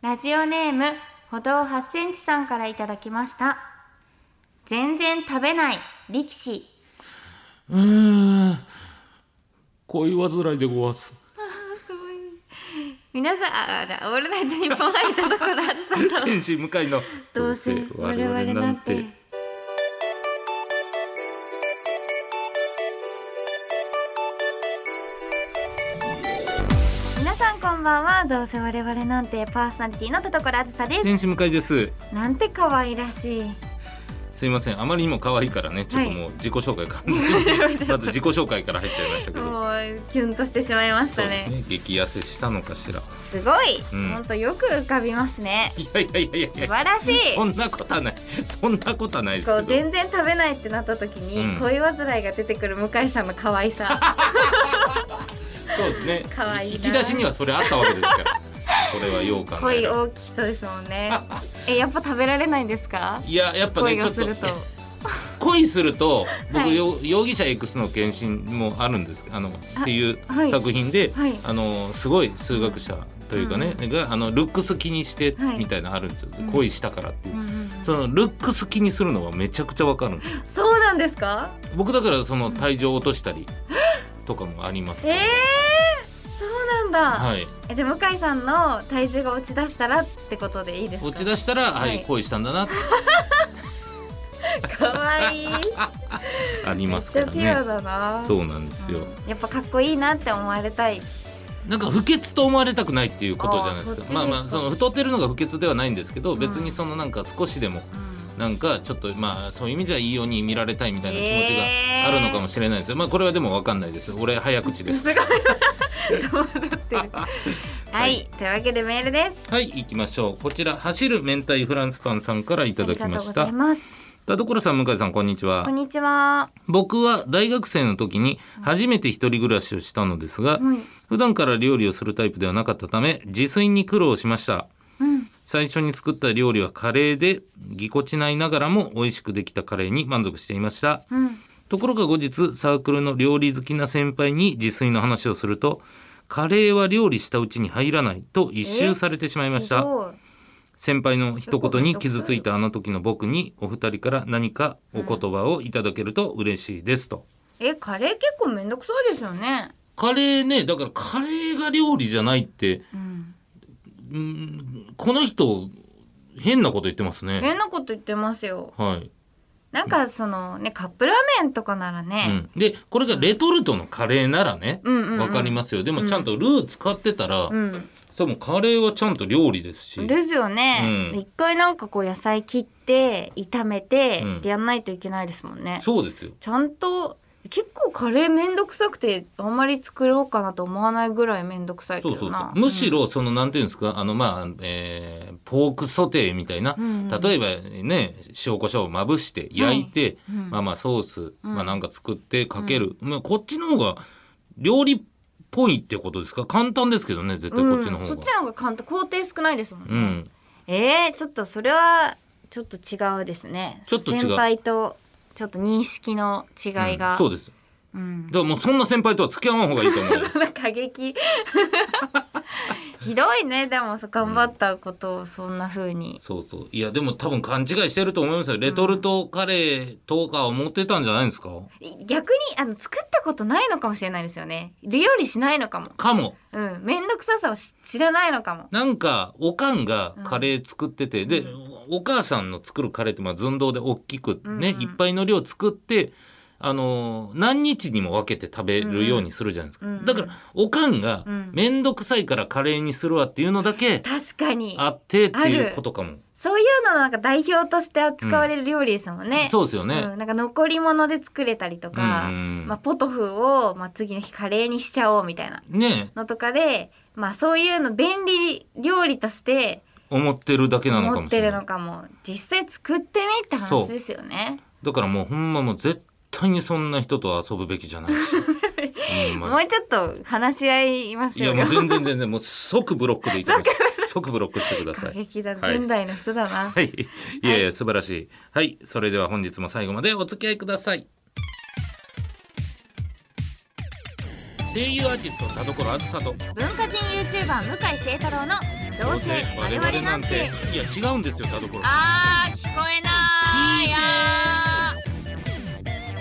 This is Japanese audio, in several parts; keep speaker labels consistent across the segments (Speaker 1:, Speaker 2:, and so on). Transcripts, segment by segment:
Speaker 1: ラジオネーム歩道8センチさんからいただきました全然食べない力士
Speaker 2: うーん恋煩いでごわす
Speaker 1: 皆さんああオールナイトニッポン入ったところあずさんと
Speaker 2: 天使向かいの
Speaker 1: どうせ我々なんて皆さんこんばんはどうせ我々なんてパーソナリティの田所あずさです
Speaker 2: 天使向かいです
Speaker 1: なんて可愛らし い
Speaker 2: すいませんあまりにも可愛いからねちょっともう自己紹 介か、まず自己紹介から入っちゃいましたけど
Speaker 1: もうキュンとしてしまいまし
Speaker 2: そ
Speaker 1: た
Speaker 2: う
Speaker 1: ね
Speaker 2: ですね激痩せしたのかしら
Speaker 1: すごい、
Speaker 2: うん
Speaker 1: ほんとよく浮かびますね
Speaker 2: いやいやいやいやい
Speaker 1: 素
Speaker 2: や
Speaker 1: 晴らしい
Speaker 2: そんなことはないそんなことはないで
Speaker 1: こ
Speaker 2: す
Speaker 1: う
Speaker 2: けど
Speaker 1: 全然食べないってなった時に、
Speaker 2: うん
Speaker 1: 恋煩いが出てくる向井さんの可愛さ
Speaker 2: そうですね
Speaker 1: 可愛いな
Speaker 2: 引き出しにはそれあったわけですからこれはよう考え
Speaker 1: 恋
Speaker 2: られる
Speaker 1: 大きい人ですもん ね
Speaker 2: ああ
Speaker 1: えやっぱ食べられないんですか
Speaker 2: いややっぱね
Speaker 1: 恋
Speaker 2: ち
Speaker 1: を
Speaker 2: ょっ
Speaker 1: す
Speaker 2: と
Speaker 1: ると
Speaker 2: 恋すると僕、
Speaker 1: はい
Speaker 2: よ容疑者 X の献身もあるんですあのっていう
Speaker 1: はい
Speaker 2: 作品で、
Speaker 1: はい
Speaker 2: あのすごい数学者というかね、があのルックス気にして
Speaker 1: はい
Speaker 2: みたいなのあるんですよ、
Speaker 1: うん
Speaker 2: 恋したからっていうう、
Speaker 1: んうん
Speaker 2: そのルックス気にするのはめちゃくちゃわかるんです
Speaker 1: そうなんですか
Speaker 2: 僕だからその体重を落としたりとかもあります
Speaker 1: えー、そうなんだ、
Speaker 2: はい、
Speaker 1: えじゃあ向井さんの体重が落ち出したらってことでいいですか
Speaker 2: 落ち出したら、はい
Speaker 1: はい
Speaker 2: 恋したんだなって
Speaker 1: 可 愛いい
Speaker 2: あり
Speaker 1: め
Speaker 2: ま
Speaker 1: っ
Speaker 2: す
Speaker 1: ち
Speaker 2: か
Speaker 1: ゃ
Speaker 2: ら
Speaker 1: ピュア
Speaker 2: ね
Speaker 1: だな
Speaker 2: そうなんですよ、
Speaker 1: うんやっぱかっこいいなって思われたい
Speaker 2: なんか不潔と思われたくないっていうことじゃないです
Speaker 1: あーそっ
Speaker 2: か
Speaker 1: ちですか
Speaker 2: まあまあその太ってるのが不潔ではないんですけど、
Speaker 1: ん
Speaker 2: 別にそのなんか少しでもなんかちょっとまあそういう意味じゃいいように見られたいみたいな気持ちがあるのかもしれないですよ、まあこれはでもわかんないです俺早口です
Speaker 1: すごい戸惑ってるはい、
Speaker 2: はい
Speaker 1: というわけでメールです
Speaker 2: はい行きましょうこちら走る明太フランスパンさんからいただきまし
Speaker 1: ありがと
Speaker 2: た
Speaker 1: うございます
Speaker 2: 田所さん向井さんこんにち
Speaker 1: こ
Speaker 2: は
Speaker 1: んにちは、
Speaker 2: 僕は大学生の時に初めて一人暮らしをしたのですが、
Speaker 1: うん
Speaker 2: 普段から料理をするタイプではなかったため自炊に苦労しました
Speaker 1: うん、
Speaker 2: 最初に作った料理はカレーでぎこちないながらも美味しくできたカレーに満足していました
Speaker 1: うん、
Speaker 2: ところが後日サークルの料理好きな先輩に自炊の話をするとカレーは料理したうちに入らないと一周されてしまいまし
Speaker 1: す
Speaker 2: た
Speaker 1: ごい
Speaker 2: 先輩の一言に傷ついたあの時の僕にお二人から何かお言葉をいただけると嬉しいですと、
Speaker 1: えカレー結構めんどくさいですよね
Speaker 2: カレーねだからカレーが料理じゃないって
Speaker 1: うん
Speaker 2: うんこの人変なこと言ってますね
Speaker 1: 変なこと言ってますよ
Speaker 2: はい、
Speaker 1: なんかそのねカップラーメンとかなら
Speaker 2: う
Speaker 1: ね、
Speaker 2: ん、でこれがレトルトのカレーならね
Speaker 1: うん、うんうん
Speaker 2: わかりますよでもちゃんとルー使ってたら、
Speaker 1: うん、
Speaker 2: 多分カレーはちゃんと料理ですし
Speaker 1: ですよね、
Speaker 2: うん
Speaker 1: 一回なんかこう野菜切って炒めて、
Speaker 2: うん
Speaker 1: ってやんないといけないですもんね
Speaker 2: そうですよ。
Speaker 1: ちゃんと結構カレーめんどくさくてあんまり作ろうかなと思わないぐらいめんどくさいけ
Speaker 2: そうそ
Speaker 1: ど
Speaker 2: うそう
Speaker 1: な
Speaker 2: むしろそのなんていうんですかあのまあ、えーポークソテーみたいな、
Speaker 1: うんうん
Speaker 2: 例えばね塩コショウをまぶして焼いて、
Speaker 1: うん
Speaker 2: まあまあソース、まあなんか作ってかける、まあ、こっちの方が料理っぽいってことですか簡単ですけどね絶対こっちの
Speaker 1: うん、
Speaker 2: 方
Speaker 1: そ
Speaker 2: が。
Speaker 1: っちの方が簡単工程少ないですもんね、
Speaker 2: うん
Speaker 1: えー、ちょっとそれはちょっと違うですね
Speaker 2: ちょっと違う
Speaker 1: 先輩とちょっと認識の違いが、
Speaker 2: う
Speaker 1: うんん、
Speaker 2: そうですだからもうそんな先輩とは付き合わん方がいいと思います
Speaker 1: 過激ひどいねでもそう頑張ったことをそんな風に、
Speaker 2: そうそういやでも多分勘違いしてると思いますよレトルトカレーとかを持ってたんじゃないんですか、
Speaker 1: 逆にあの作ったことないのかもしれないですよね料理しないのかも
Speaker 2: かも
Speaker 1: うん面倒くささをし知らないのかも
Speaker 2: なんかおかんがカレー作ってて、でお母さんの作るカレーってまあ寸胴で大きくね、
Speaker 1: うんうん
Speaker 2: いっぱいの量作って、あのー何日にも分けて食べるようにするじゃないですか、
Speaker 1: うんうん
Speaker 2: だからおかんが
Speaker 1: うん
Speaker 2: 面倒くさいからカレーにするわっていうのだけ
Speaker 1: 確かに
Speaker 2: あってってい
Speaker 1: あ
Speaker 2: う
Speaker 1: る
Speaker 2: ことかも、
Speaker 1: そういうのなんか代表として扱われる料理ですもんね、
Speaker 2: そうですよね、
Speaker 1: うん、なんか残り物で作れたりとか、
Speaker 2: うんうんうん
Speaker 1: まあ、ポトフを、まあ、次の日カレーにしちゃおうみたいな
Speaker 2: ね
Speaker 1: のとかで、まあ、そういうの便利料理として
Speaker 2: 思ってるだけなのか
Speaker 1: 持っ
Speaker 2: もし
Speaker 1: て
Speaker 2: れない
Speaker 1: るのかも実際作ってみって
Speaker 2: そ
Speaker 1: 話
Speaker 2: う
Speaker 1: ですよね、
Speaker 2: だからもうほんまもう絶対にそんな人と遊ぶべきじゃない し、ほんまに
Speaker 1: もうちょっと話し合いま
Speaker 2: い
Speaker 1: しょ
Speaker 2: や
Speaker 1: う
Speaker 2: も
Speaker 1: よ
Speaker 2: う全然全然もう即ブロ ックでいいと思います即ブロックしてくださ
Speaker 1: 過
Speaker 2: い
Speaker 1: 激だ
Speaker 2: はい
Speaker 1: 現代の人だな、
Speaker 2: はい。いやいや、素晴らしい。はい。それでは本日も最後までお付き合いください。声優アーティスト田所あずさと
Speaker 1: 文化人 YouTuber 向井聖太郎のどうせ我々なんて
Speaker 2: いや違うんですよ田所
Speaker 1: あー聞こえないあー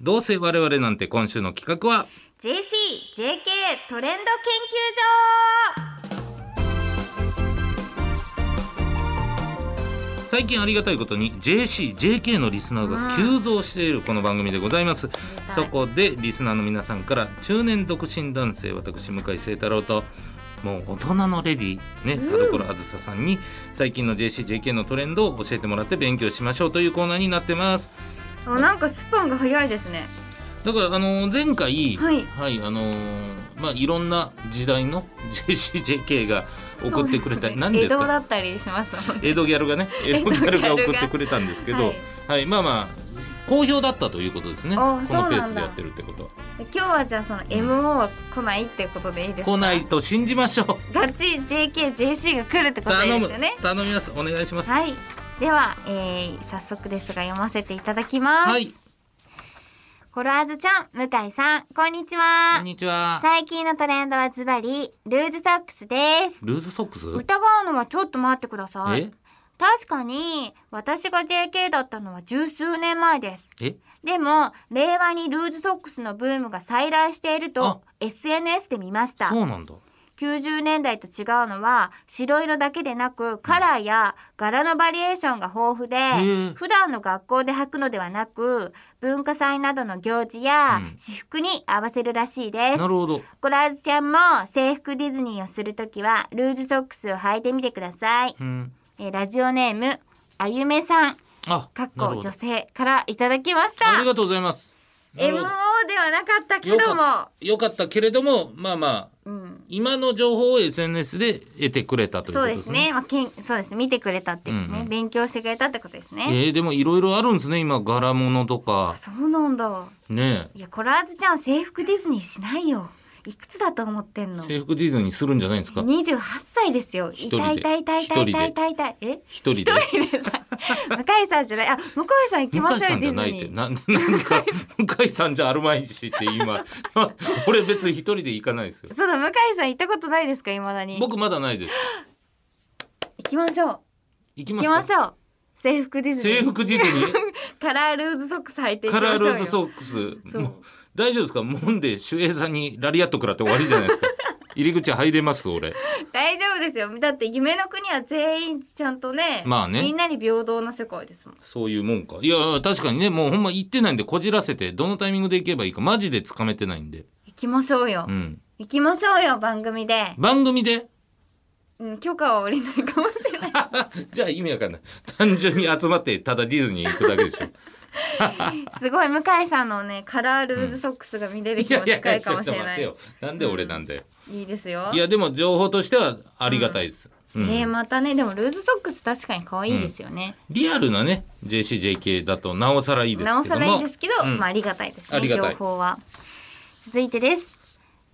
Speaker 2: どうせ我々なんて今週の企画は
Speaker 1: JCJK トレンド研究
Speaker 2: 最近ありがたいことに JCJK のリスナーが急増しているこの番組でございます、
Speaker 1: たい
Speaker 2: そこでリスナーの皆さんから中年独身男性私向井誠太郎ともう大人のレディね田所あずささんに最近の JCJK のトレンドを教えてもらって勉強しましょうというコーナーになってます
Speaker 1: 所あなんかスパンが早いですね
Speaker 2: だからあのー前回
Speaker 1: はい
Speaker 2: あのーまあいろんな時代の JCJK が送ってくれた、
Speaker 1: そうですね
Speaker 2: 何です
Speaker 1: 江戸だ
Speaker 2: か
Speaker 1: ったりします もんね
Speaker 2: 江戸ギャルがね江戸ギャルが送ってくれたんですけど、
Speaker 1: は
Speaker 2: はいい、まあまあ好評だったということですね。こ
Speaker 1: あ
Speaker 2: の
Speaker 1: そうなんだ
Speaker 2: ペースでやってるってことは。
Speaker 1: 今日はじゃあその MO は来ないってことでいいですか
Speaker 2: 来ないと信じましょう。
Speaker 1: ガチ JKJC が来るってことでい
Speaker 2: 頼
Speaker 1: いで
Speaker 2: む
Speaker 1: すよね、
Speaker 2: 頼みます。お願いします。
Speaker 1: はいでは、えー、早速ですが読ませていただきます、
Speaker 2: はい、
Speaker 1: コロアズちゃん向井さんこんにち
Speaker 2: こ
Speaker 1: は
Speaker 2: んにちは。
Speaker 1: 最近のトレンドはズバリルーズソックスです
Speaker 2: ルーズソックス？
Speaker 1: 疑うのはちょっと待ってください
Speaker 2: え？
Speaker 1: 確かに私が JK だったのは十数年前です
Speaker 2: え？
Speaker 1: でも令和にルーズソックスのブームが再来していると SNS で見ました
Speaker 2: そうなんだ。
Speaker 1: 90年代と違うのは白色だけでなくカラーや柄のバリエーションが豊富で、
Speaker 2: え
Speaker 1: 普段の学校で履くのではなく文化祭などの行事や
Speaker 2: うん
Speaker 1: 私服に合わせるらしいです。
Speaker 2: なるほど。
Speaker 1: コラーズちゃんも制服ディズニーをするときはルーズソックスを履いてみてください。
Speaker 2: うん。
Speaker 1: えーラジオネームあゆめさん
Speaker 2: あ、
Speaker 1: かっ
Speaker 2: な
Speaker 1: こ
Speaker 2: るほど
Speaker 1: 女性からいただきました
Speaker 2: あり。がとうございます。な
Speaker 1: MO
Speaker 2: るほど
Speaker 1: ではなかったけ
Speaker 2: よ
Speaker 1: ど
Speaker 2: か
Speaker 1: も
Speaker 2: っ、たよかったけれども、まあまあ
Speaker 1: うん、
Speaker 2: 今の情報を SNS で得てくれたという
Speaker 1: そ
Speaker 2: こと
Speaker 1: う
Speaker 2: で
Speaker 1: ですす
Speaker 2: ね。
Speaker 1: ね。まあ、けんそうですね。見てくれたっていうね、
Speaker 2: うんうん
Speaker 1: 勉強してくれたってことですね。
Speaker 2: えー、でもいろいろあるんですね今柄物とか
Speaker 1: そうなんだ。
Speaker 2: ね
Speaker 1: いや、コラーズちゃん制服ディズニーしないよ。いくつだと思ってんの。
Speaker 2: 制服ディズニーするんじゃないんですか
Speaker 1: 二十八歳ですよ。
Speaker 2: 一人で
Speaker 1: 痛い痛い痛い痛い痛い痛い痛い。え。
Speaker 2: 一人で
Speaker 1: 一人でさ。向井さんじゃない。あ、向井さん行きま
Speaker 2: 向井
Speaker 1: しょう
Speaker 2: さ
Speaker 1: よ。
Speaker 2: ん
Speaker 1: デ
Speaker 2: じ
Speaker 1: ィ
Speaker 2: ゃな
Speaker 1: ズ
Speaker 2: いって
Speaker 1: ニー。
Speaker 2: ななんですか向井さんじゃあるまいしって今 俺別に一人で行かないですよ
Speaker 1: そうだ、向井さん行ったことないですか、いまだに。行
Speaker 2: 僕まだないです
Speaker 1: きましょう。
Speaker 2: 行き
Speaker 1: 行
Speaker 2: ま
Speaker 1: き
Speaker 2: す
Speaker 1: ま
Speaker 2: か
Speaker 1: しょう。制服ディズニ
Speaker 2: 制
Speaker 1: ー。
Speaker 2: 服ディズニ
Speaker 1: カラールーズソックス履いて
Speaker 2: ー
Speaker 1: いきま
Speaker 2: カ
Speaker 1: しょう
Speaker 2: ラ
Speaker 1: よ。
Speaker 2: ールーズソックス
Speaker 1: そう
Speaker 2: もう大丈夫ですかもんで守衛さんにラリアット食らって終わりじゃないで すか入り口入れます俺
Speaker 1: 大丈夫ですよ。だって夢の国は全員ちゃんとね。
Speaker 2: まあね
Speaker 1: みんなに平等な世界ですもん。
Speaker 2: そういうもんかいや確かにねもうほんま行ってないんでこじらせてどのタイミングで行けばいいかマジでつかめてないんで
Speaker 1: 行きましょうよ。
Speaker 2: うん
Speaker 1: 行きましょうよ、番組で。
Speaker 2: 番組で
Speaker 1: うん、許可は下りないかもしれない。
Speaker 2: じゃあ意味わかんない単純に集まってただディズニー行くだけで しょ
Speaker 1: すごい、向井さんのね、カラールーズソックスが見れる日も近いかもしれない。
Speaker 2: ややちょっと待ってよなんで俺なんだよ、
Speaker 1: いいですよ。
Speaker 2: いやでも情報としてはありがたいです、
Speaker 1: え
Speaker 2: うん
Speaker 1: ー、またね、でもルーズソックス確かに可愛いですよね。
Speaker 2: リアルなね JCJK だとなおさらいいですけど
Speaker 1: な
Speaker 2: も
Speaker 1: おさらいいですけど、
Speaker 2: うん
Speaker 1: まあありがたいです
Speaker 2: あ
Speaker 1: ね、
Speaker 2: りが
Speaker 1: 情
Speaker 2: たい
Speaker 1: 報は。続いてです。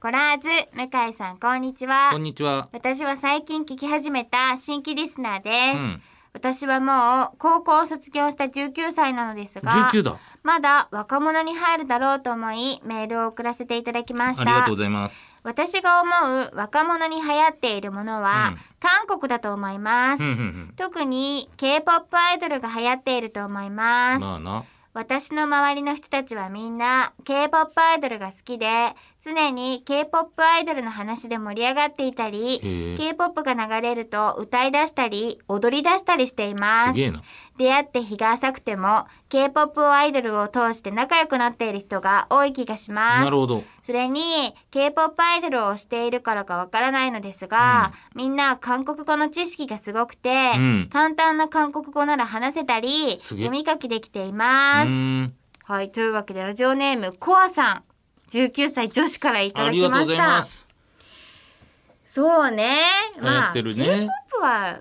Speaker 1: コラーズ、向井さん、こんにちは
Speaker 2: こん。にちは、
Speaker 1: 私は最近聞き始めた新規リスナー
Speaker 2: う
Speaker 1: です。
Speaker 2: ん、
Speaker 1: 私はもう高校を卒業した19歳なのですが
Speaker 2: 19だ
Speaker 1: まだ若者に入るだろうと思いメールを送らせていただきまし
Speaker 2: ありが
Speaker 1: た
Speaker 2: とうございます
Speaker 1: 私が思う若者に流行っているものは、
Speaker 2: うん
Speaker 1: 韓国だと思います、
Speaker 2: うんうんうん
Speaker 1: 特に K-POP アイドルが流行っていると思います、
Speaker 2: まあな
Speaker 1: 私の周りの人たちはみんな K-POP アイドルが好きで常に K-POP アイドルの話で盛り上がっていたり
Speaker 2: へえ
Speaker 1: K-POP が流れると歌い出したり踊り出したりしています
Speaker 2: すげえな
Speaker 1: 出会って日が浅くても K-POP アイドルを通して仲良くなっている人が多い気がします
Speaker 2: なるほど
Speaker 1: それに K-POP アイドルを推しているからかわからないのですが、みんな韓国語の知識がすごくて、
Speaker 2: うん
Speaker 1: 簡単な韓国語なら話せたり
Speaker 2: すげえ
Speaker 1: 読み書きできていうます。
Speaker 2: ーん
Speaker 1: はいというわけでラジオネームコアさん19歳女子からいた
Speaker 2: あ
Speaker 1: だ
Speaker 2: り
Speaker 1: き
Speaker 2: がとう
Speaker 1: ま
Speaker 2: ござ
Speaker 1: し
Speaker 2: いま
Speaker 1: た。
Speaker 2: す
Speaker 1: そうね、
Speaker 2: 流行ってるね
Speaker 1: K-POP は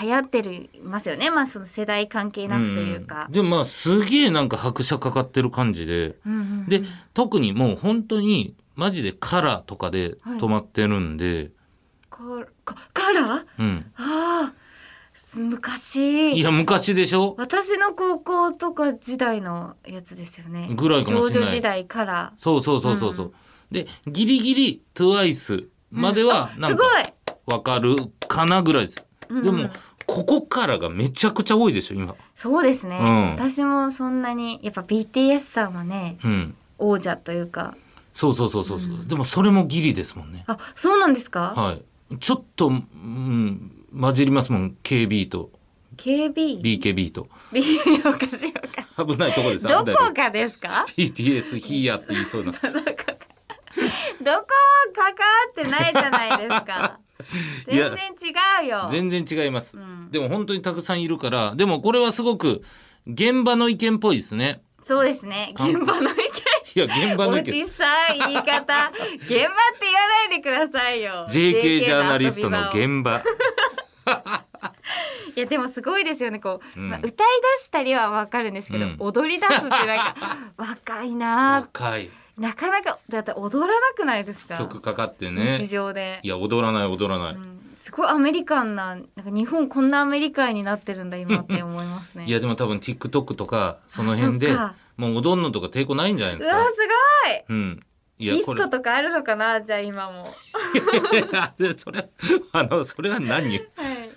Speaker 1: 流行ってるますよね。まあその世代関係なくというか。
Speaker 2: ん、でもまあすげえなんか拍車かかってる感じで
Speaker 1: うんうん
Speaker 2: で特にもう本当にマジでカラーとかで止まってるんで、
Speaker 1: ここカラー？
Speaker 2: うん、
Speaker 1: ああ昔。
Speaker 2: いや昔でしょ
Speaker 1: 私の高校とか時代のやつですよね。
Speaker 2: ぐらいかもしれ
Speaker 1: 少
Speaker 2: ない
Speaker 1: 女時代から。
Speaker 2: そうそうそうそうそう、でギリギリ TWICE まではな
Speaker 1: す
Speaker 2: ん
Speaker 1: ご
Speaker 2: か
Speaker 1: い
Speaker 2: わかるかなぐらいです、
Speaker 1: うんうん
Speaker 2: でもここからがめちゃくちゃ多いでしょ今
Speaker 1: そうですね、
Speaker 2: うん
Speaker 1: 私もそんなにやっぱ BTS さんはね
Speaker 2: うん
Speaker 1: 王者というか
Speaker 2: そうそうそうそうそう、でもそれもギリですもんね
Speaker 1: あそうなんですか、
Speaker 2: はいちょっと、うん、混じりますもん KB と
Speaker 1: KB
Speaker 2: BKB と
Speaker 1: B おかしいおかし
Speaker 2: 危ないとこで
Speaker 1: い
Speaker 2: す
Speaker 1: ど
Speaker 2: 危ないと
Speaker 1: こがですか
Speaker 2: BTS ヒーヤーって言いそうな
Speaker 1: どこがどこも関わってないじゃないですか
Speaker 2: いや
Speaker 1: 全然違うよ
Speaker 2: 全然違います、
Speaker 1: うん
Speaker 2: でも本当にたくさんいるからでもこれはすごく現場の意見っぽいですね
Speaker 1: そうですね現場の意見
Speaker 2: いや現場の
Speaker 1: お
Speaker 2: 意見
Speaker 1: じさん言い方現場って言わないでくださいよ
Speaker 2: JK ジャーナリストの
Speaker 1: 場を
Speaker 2: 現場
Speaker 1: いやでもすごいですよねこう、
Speaker 2: うん
Speaker 1: まあ、歌い出したりはわかるんですけど、
Speaker 2: うん
Speaker 1: 踊り出すってなん か若いな
Speaker 2: 若い
Speaker 1: なかなかだって踊らなくないですか
Speaker 2: 曲かかってね
Speaker 1: 日常で
Speaker 2: いや踊らない踊らない、
Speaker 1: うんすごいアメリカンななんか日本こんなアメリカンになってるんだ今って思いますね
Speaker 2: いやでも多分 TikTok とかその辺
Speaker 1: あ
Speaker 2: で
Speaker 1: そっか
Speaker 2: もう踊んのとか抵抗ないんじゃないで
Speaker 1: う
Speaker 2: す
Speaker 1: わ
Speaker 2: か
Speaker 1: すごい
Speaker 2: うんい
Speaker 1: ディスコとかあるのかなじゃあ今も、はい
Speaker 2: やそれあのそれは何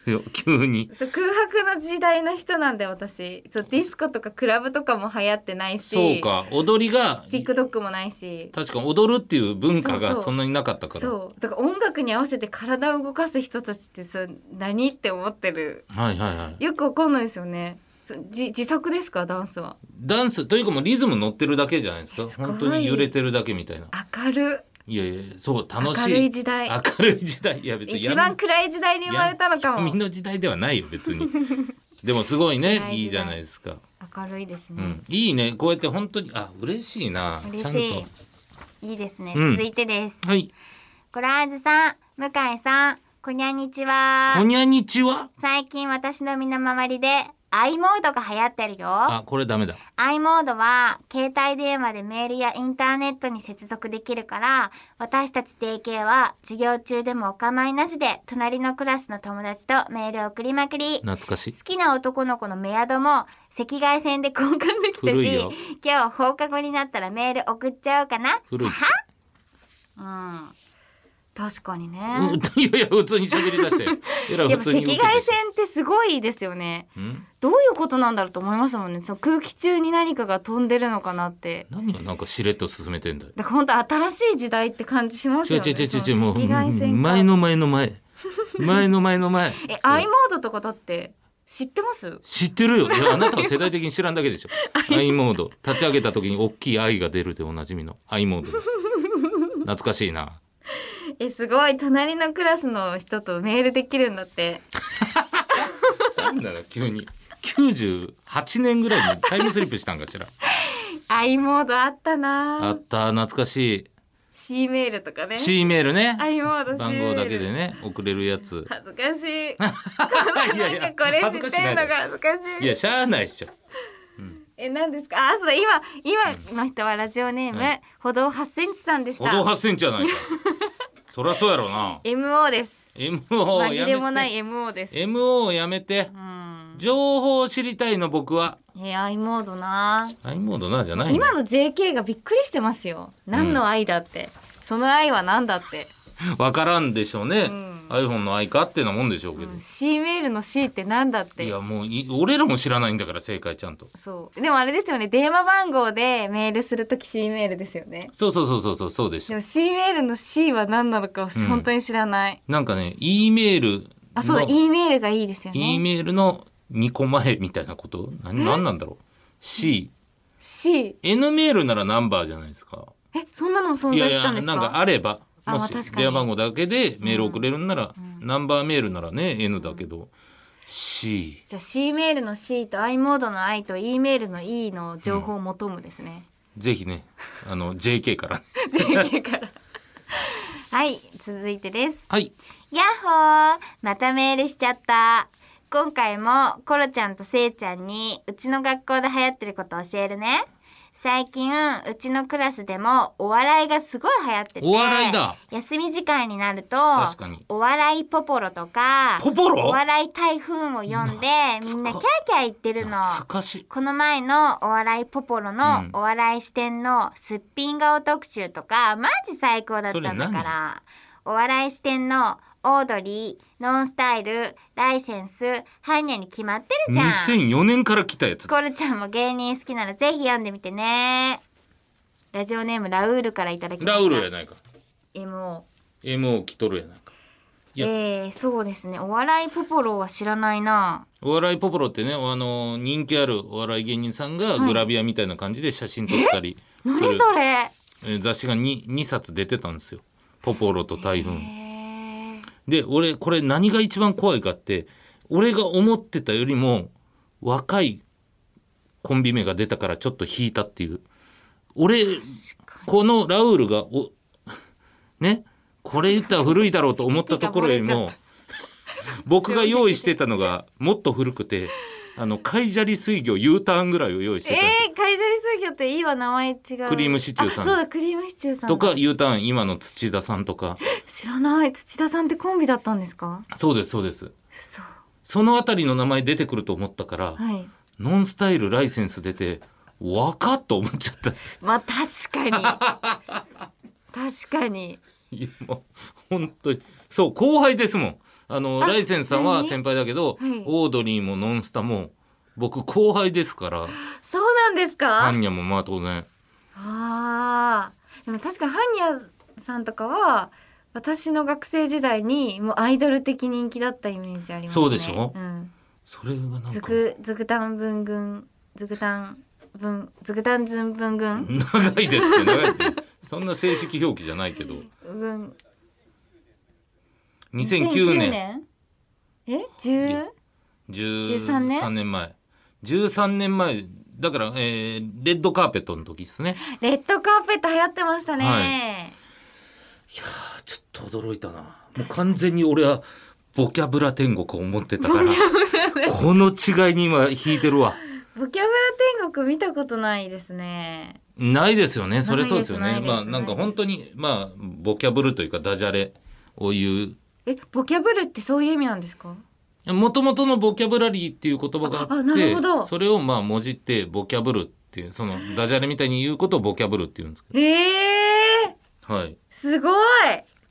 Speaker 2: よ
Speaker 1: い、
Speaker 2: 急に
Speaker 1: そう空白の時代の人なんで私そうディスコとかクラブとかも流行ってないし
Speaker 2: そうか踊りが
Speaker 1: TikTok もないし
Speaker 2: 確か踊るっていう文化
Speaker 1: そう
Speaker 2: が
Speaker 1: そう
Speaker 2: そんなになかったから
Speaker 1: そうだから音楽に合わせて体を動かす人たちってそう何って思ってる
Speaker 2: はいはいはい
Speaker 1: よくわかんないですよねそうじ自作ですかダンスは
Speaker 2: ダンスというかもうリズム乗ってるだけじゃないですか
Speaker 1: すごい
Speaker 2: 本当に揺れてるだけみたいな
Speaker 1: 明る
Speaker 2: いやいやそう
Speaker 1: 明
Speaker 2: 楽しい
Speaker 1: るい時代
Speaker 2: 明るい時代いや別に
Speaker 1: 一番暗い時代に生まれたのかも
Speaker 2: 闇の時代ではないよ別にでもすごい
Speaker 1: 暗い時
Speaker 2: ね
Speaker 1: 代
Speaker 2: いいじゃないですか、
Speaker 1: 明るいです
Speaker 2: う
Speaker 1: ね、
Speaker 2: ん、いいねこうやって本当にあ嬉しいな
Speaker 1: 嬉
Speaker 2: ちゃん
Speaker 1: し
Speaker 2: と
Speaker 1: いいいですね、
Speaker 2: うん
Speaker 1: 続いてです
Speaker 2: はい
Speaker 1: コラーズさん向井さんこにゃにちは
Speaker 2: こにゃにちは
Speaker 1: 最近私の身の回りで i モードが流行ってるよ
Speaker 2: あこれダメだ
Speaker 1: i モードは携帯電話でメールやインターネットに接続できるから私たち DK は授業中でもお構いなしで隣のクラスの友達とメールを送りまくり
Speaker 2: 懐かしい
Speaker 1: 好きな男の子のメアドも赤外線で交換できた
Speaker 2: 古いよ
Speaker 1: し今日放課後になったらメール送っちゃおうかな
Speaker 2: 古い
Speaker 1: うん確かにね、
Speaker 2: うん いやいや普通に喋りだ してよえらい
Speaker 1: やっぱ赤
Speaker 2: 普通に
Speaker 1: 外
Speaker 2: 向け
Speaker 1: 線
Speaker 2: てる
Speaker 1: ってすごいですよね
Speaker 2: うん
Speaker 1: どういうことなんだろうと思いますもんねその空気中に何かが飛んでるのかなって
Speaker 2: 何をなんかしれっと進めてんだよ
Speaker 1: だから本当新しい時代って感じします
Speaker 2: 違う
Speaker 1: よね
Speaker 2: 違う違う違う
Speaker 1: そ
Speaker 2: も
Speaker 1: の
Speaker 2: う
Speaker 1: 赤外線が
Speaker 2: 前の前 の前前の前の前
Speaker 1: え
Speaker 2: そう
Speaker 1: i モードとかだって知ってます
Speaker 2: 知ってるよいやあなたは世代的に知らんだけ でしょ i モード立ち上げた時に大きい愛が出るでおなじみの i モード懐かしいな
Speaker 1: えすごい隣のクラスの人とメールできるんだって
Speaker 2: なんだろう急に98年ぐらいにタイムスリップしたんかしら
Speaker 1: i モードあった
Speaker 2: あ
Speaker 1: な
Speaker 2: った懐かし
Speaker 1: C メールとかね
Speaker 2: い C メールね
Speaker 1: i モード C メ
Speaker 2: 番
Speaker 1: ール
Speaker 2: 号だけでね送れるやつ
Speaker 1: 恥ずかしい
Speaker 2: いやい
Speaker 1: なんかこれ知
Speaker 2: 恥ず
Speaker 1: っ
Speaker 2: かしてな
Speaker 1: るのが
Speaker 2: いだ
Speaker 1: 恥ずかし
Speaker 2: ろ
Speaker 1: い
Speaker 2: いやしゃあないっしょ
Speaker 1: え何ですかあそうだ今今の人はラジオネーム、
Speaker 2: はい
Speaker 1: 歩道8センチさんでし
Speaker 2: 歩道
Speaker 1: た
Speaker 2: 8センチやないか そりゃそうやろうな
Speaker 1: MO です
Speaker 2: MO
Speaker 1: 紛
Speaker 2: や
Speaker 1: れもな
Speaker 2: めて
Speaker 1: い MO です
Speaker 2: MO やめて
Speaker 1: うん
Speaker 2: 情報を知りたいの僕は
Speaker 1: え i モードな
Speaker 2: i モードなじゃないの
Speaker 1: 今の JK がびっくりしてますよ何の愛だって、その愛は何だって、
Speaker 2: わからんでしょうね、
Speaker 1: ん
Speaker 2: iPhone の i かってなもんでしょうけど、
Speaker 1: うん C メールの C って何だっ
Speaker 2: い
Speaker 1: て
Speaker 2: やもうい俺らも知らないんだから正解ちゃんと
Speaker 1: そうでもあれですよね電話番号でメールするとき C メールですよね
Speaker 2: そうそうそうそうそうそうでし
Speaker 1: で
Speaker 2: た
Speaker 1: も C メールの C は何なのか
Speaker 2: うん
Speaker 1: 本当に知らない、
Speaker 2: なんかね E メールの
Speaker 1: あそうだ E メールがいいですよ
Speaker 2: E
Speaker 1: ね
Speaker 2: メールの2個前みたいなこと何何なんだろう CN
Speaker 1: C
Speaker 2: メールならナンバーじゃないですか
Speaker 1: えそんなのも存在
Speaker 2: いやい
Speaker 1: し
Speaker 2: や
Speaker 1: たんですか
Speaker 2: なんかあれば
Speaker 1: あまあ
Speaker 2: もし
Speaker 1: 確かに
Speaker 2: 電話番号だけでメール送れるんなら、ナンバーメールならね N だけど、C
Speaker 1: じゃあ C メールの C と i モードの i と E メールの E の情報を求むですね、
Speaker 2: ぜひねあの JK から
Speaker 1: JK からはい続いてです
Speaker 2: はい
Speaker 1: やっほーまたメールしちゃった今回もコロちゃんとせいちゃんにうちの学校で流行ってること教えるね最近うちのクラスでもお笑いがすごい流行ってて
Speaker 2: お笑いだ
Speaker 1: 休み時間になると
Speaker 2: 確かに
Speaker 1: お笑いポポロとか
Speaker 2: ポポロ
Speaker 1: お笑い台風を読んでみんなキャーキャー言ってるの
Speaker 2: 懐かしい
Speaker 1: この前のお笑いポポロ
Speaker 2: う
Speaker 1: の
Speaker 2: ん
Speaker 1: お笑い視点のすっぴん顔特集とかマジ最高だったんだ
Speaker 2: それ
Speaker 1: からお笑い視点のオードリーノンスタイルライセンスハイネに決まってるじゃん
Speaker 2: 2004年から来たやつ
Speaker 1: コルちゃんも芸人好きならぜひ読んでみてねラジオネームラウールからいただきました
Speaker 2: ラウルやないか
Speaker 1: えも
Speaker 2: M を着とるやない
Speaker 1: う
Speaker 2: かいや
Speaker 1: えー、そうですねお笑いポポロは知らないな
Speaker 2: お笑いポポロってねあの人気あるお笑い芸人さんがグラビアみたいな感じで写真撮ったりする
Speaker 1: 何それ
Speaker 2: えー雑誌が 2, 2冊出てたんですよ「ポポロと台風」
Speaker 1: えー
Speaker 2: で俺これ何が一番怖いかって俺が思ってたよりも若いコンビ名が出たからちょっと引いたっていう俺このラウールがおねこれ言ったら古いだろうと思ったところよりも 僕が用意してたのがもっと古くてあの海砂利水魚 U ターンぐらいを用意してたんですよ
Speaker 1: えー、海苔水魚っていいわ名前違う
Speaker 2: クリームシチューさん
Speaker 1: あそうだクリームシチューさんだ
Speaker 2: とか U ターン今の土田さんとか
Speaker 1: 知らない土田さんってコンビだったんですか
Speaker 2: そうですそうです
Speaker 1: 嘘は
Speaker 2: そのあたりの名前出てくると思ったから、
Speaker 1: い
Speaker 2: ノンスタイルライセンス出て若っと思っちゃった
Speaker 1: まあ確かに確かに
Speaker 2: いやもう本当にそう後輩ですもんあの
Speaker 1: あ
Speaker 2: ライセンスさんは
Speaker 1: 普通に
Speaker 2: 先輩だけど、
Speaker 1: はい
Speaker 2: オードリーもノンスタも僕後輩ですから
Speaker 1: そうなんですか
Speaker 2: ハ
Speaker 1: あ
Speaker 2: ンニャもまあ当然
Speaker 1: あーでも確かにハンニャさんとかは私の学生時代にもうアイドル的人気だったイメージありますね
Speaker 2: そうでしょ
Speaker 1: うん
Speaker 2: それがなんか
Speaker 1: ずくずくたん文軍ずくたん文ずくたんずん文軍
Speaker 2: 長いですね長いですねそんな正式表記じゃないけど
Speaker 1: 文
Speaker 2: 2009年
Speaker 1: え
Speaker 2: い
Speaker 1: 十
Speaker 2: や13
Speaker 1: 13年
Speaker 2: 年前13年前だから、えーレッドカーペットの時ですね
Speaker 1: レッドカーペット流行ってましたね、
Speaker 2: あちょっと驚いたなもう完全に俺はボキャブラ天国を思ってたから この違いに今引いてるわ
Speaker 1: ボキャブラ天国見たことないですね
Speaker 2: ないですよねそれそうですよ
Speaker 1: な
Speaker 2: ね
Speaker 1: いです
Speaker 2: まあなんか本当にまあボキャブルというかダジャレを言
Speaker 1: えボキャブルってそういう意味なんですか
Speaker 2: うもともとのボキャブラリーっていう言葉が
Speaker 1: ああなるほ
Speaker 2: あっ
Speaker 1: ど
Speaker 2: てそれをまあ文字ってボキャブルっていうそのダジャレみたいに言うことをボキャブルって言うんですけ
Speaker 1: えー、
Speaker 2: どはい
Speaker 1: すごい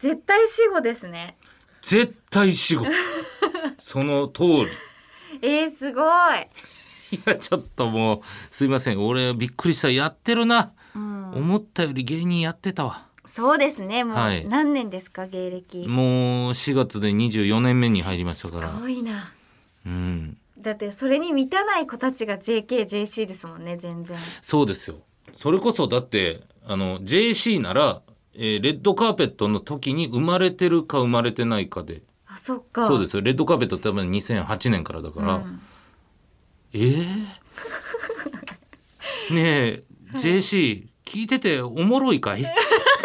Speaker 1: 絶対死語ですね
Speaker 2: 絶対死 後その通り
Speaker 1: えー、すごい、
Speaker 2: いやちょっともうすいません俺びっくりしたやってるな
Speaker 1: うん、
Speaker 2: 思ったより芸人やってたわ
Speaker 1: そうですねも
Speaker 2: はいう
Speaker 1: 何年ですか芸歴、
Speaker 2: もう4月で24年目に入りましたから
Speaker 1: すごいな
Speaker 2: うん
Speaker 1: だってそれに満たない子たちが JKJC ですもんね全然
Speaker 2: そうですよそれこそだってあの JC なら、えーレッドカーペットの時に生まれてるか生まれてないかで
Speaker 1: あそっか
Speaker 2: そうですすよレッドカーペットって多分2008年からだから、
Speaker 1: うん
Speaker 2: えー ねえ JC 聞いてておもろ いかい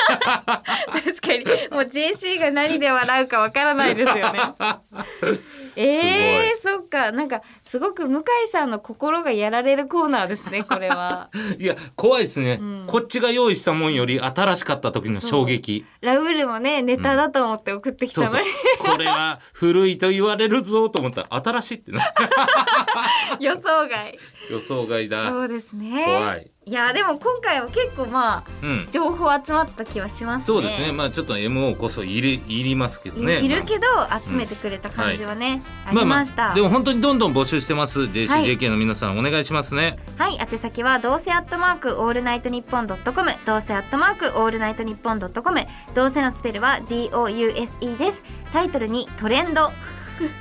Speaker 1: 確かにもう JC が何で笑うかわからないです よねえー、そっかなんかすごく向井さんの心がやられるコーナーです ねこれは
Speaker 2: いや怖いですね、
Speaker 1: うん
Speaker 2: こっちが用意したもんより新しかった時の衝撃
Speaker 1: ラウールもねネタだと思って送ってきた
Speaker 2: そう
Speaker 1: のに、
Speaker 2: そうこれは古いと言われるぞと思ったら新しいってな
Speaker 1: 予想外
Speaker 2: 予想外だ
Speaker 1: そうですね
Speaker 2: 怖い
Speaker 1: いやでも今回は結構まあ
Speaker 2: うん
Speaker 1: 情報集まった気はしますね
Speaker 2: そうですねまあちょっと MO こそいるいりますけど
Speaker 1: い
Speaker 2: ね
Speaker 1: いるけど集めてくれた感じはね、ありました、
Speaker 2: でも本当にどんどん募集してます
Speaker 1: はい
Speaker 2: JCJK の皆さんお願いしますね
Speaker 1: はい宛先はどうせアットマークオールナイトニッポンドットコムどうせアットマークオールナイトニッポンドットコムどうせのスペルは DOUSE ですタイトルにトレンド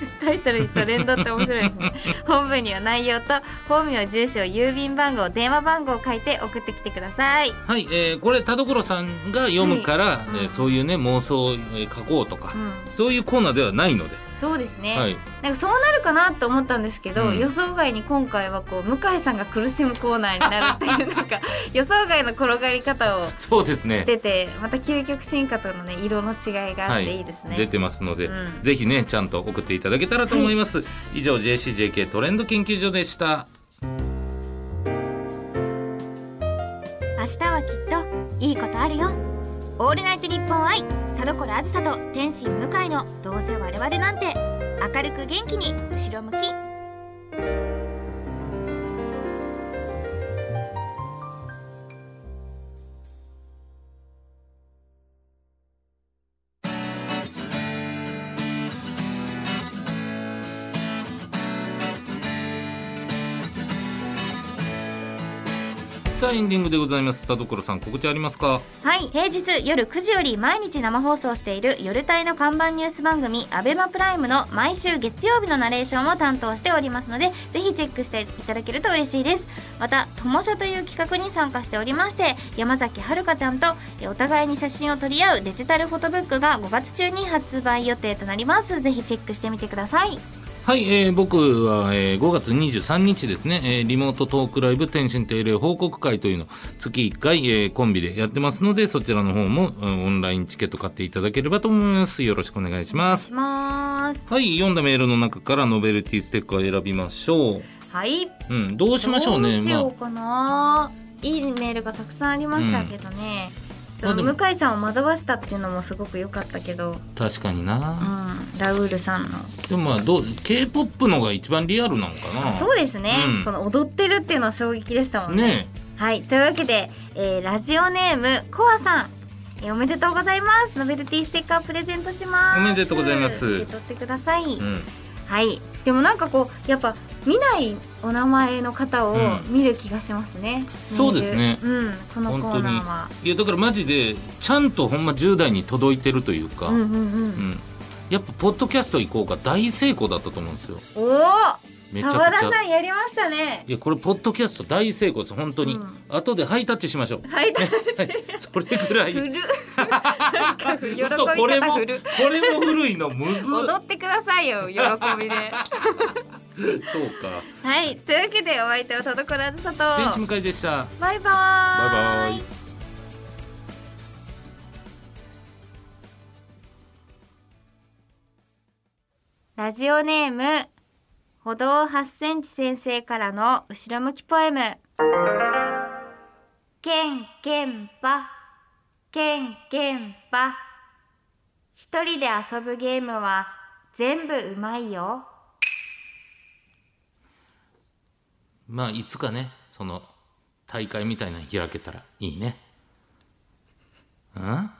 Speaker 1: タイトルにトレンドって面白いですね本文には内容と本名住所郵便番号電話番号を書いて送ってきてください
Speaker 2: はい、えーこれ田所さんが読むから、
Speaker 1: い
Speaker 2: えーそういうね妄想をえー書こうとか、
Speaker 1: うん、
Speaker 2: そういうコーナーではないので、
Speaker 1: そうですね、
Speaker 2: はい、
Speaker 1: なんかそうなるかなと思ったんですけど、
Speaker 2: うん
Speaker 1: 予想外に今回はこう向井さんが苦しむコーナーになるっていうなんか予想外の転がり方を
Speaker 2: そうですね
Speaker 1: してて、また究極進化とのね色の違いがあっていいですね。
Speaker 2: 出てますので、
Speaker 1: うん
Speaker 2: ぜひねちゃんと送っていただけたらと思います、以上 JCJK トレンド研究所でした
Speaker 1: 日はきっといいことあるよオールナイト日本愛田所あずさと天心向井のどうせ我々なんて明るく元気に後ろ向き
Speaker 2: さあエンディングでございます田所さん告知ありますか
Speaker 1: はい平日夜9時より毎日生放送している夜帯の看板ニュース番組「アベマプライムの毎週月曜日のナレーションも担当しておりますのでぜひチェックしていただけると嬉しいですまた「ともしゃ」という企画に参加しておりまして山崎遥香ちゃんとえお互いに写真を撮り合うデジタルフォトブックが5月中に発売予定となりますぜひチェックしてみてください
Speaker 2: はい、えー僕は、えー5月23日ですね、えーリモートトークライブ天心定例報告会というのを月1回、えーコンビでやってますのでそちらの方も、うんオンラインチケット買っていただければと思いますよろしくお願いします
Speaker 1: します
Speaker 2: はい読んだメールの中からノベルティステッカーを選びましょう、
Speaker 1: はい
Speaker 2: うん、どうしましょうね
Speaker 1: どうしよ
Speaker 2: ま
Speaker 1: うかな、いいメールがたくさんありましたけどね、
Speaker 2: うん
Speaker 1: その
Speaker 2: まあで
Speaker 1: 向井さんを惑わしたっていうのもすごく良かったけど、
Speaker 2: あ確かに
Speaker 1: う、
Speaker 2: なん
Speaker 1: ラウールさんの、
Speaker 2: でもまあどう K-POP のが一番リアルなのかな
Speaker 1: そうですね、
Speaker 2: うん
Speaker 1: この踊ってるっていうのは衝撃でしたもんね
Speaker 2: ね
Speaker 1: はいというわけで、えーラジオネームコアさんえーおめでとうございますノベルティステッカープレゼントします
Speaker 2: おめでとうございます
Speaker 1: 受け取ってください、
Speaker 2: え、うん、
Speaker 1: はいでもなんかこうやっぱ見ないお名前の方を
Speaker 2: うん
Speaker 1: 見る気がしますね、
Speaker 2: そうですね
Speaker 1: メールうんこのコーナーはい
Speaker 2: やだからマジでちゃんとほんま10代に届いてるというか、
Speaker 1: うんうんうん、
Speaker 2: うん、やっぱポッドキャスト行こうが大成功だったと思うんですよ
Speaker 1: おお
Speaker 2: めちゃ
Speaker 1: サ
Speaker 2: く
Speaker 1: バラ
Speaker 2: ち
Speaker 1: さ
Speaker 2: ゃ
Speaker 1: んやりましたね
Speaker 2: いやこれポッドキャスト大成功です本当に、
Speaker 1: うん
Speaker 2: 後でハイタッチしましょう
Speaker 1: はいだ
Speaker 2: はいそれぐらい
Speaker 1: 古なんか喜び
Speaker 2: 嘘これ
Speaker 1: 方
Speaker 2: もこ
Speaker 1: 古
Speaker 2: れも古いのむず
Speaker 1: 踊ってくださいよ喜びで
Speaker 2: そうか
Speaker 1: はいというわけでお相手は田所あずさと
Speaker 2: 天使向かいでした
Speaker 1: バイバ
Speaker 2: バイ
Speaker 1: ー
Speaker 2: バイ
Speaker 1: ラジオネーム歩道8センチ先生からの後ろ向きポエムけんけんぱけんけんぱ一人で遊ぶゲームは全部うまいよ
Speaker 2: まあいつかねその大会みたいなの開けたらいいねうん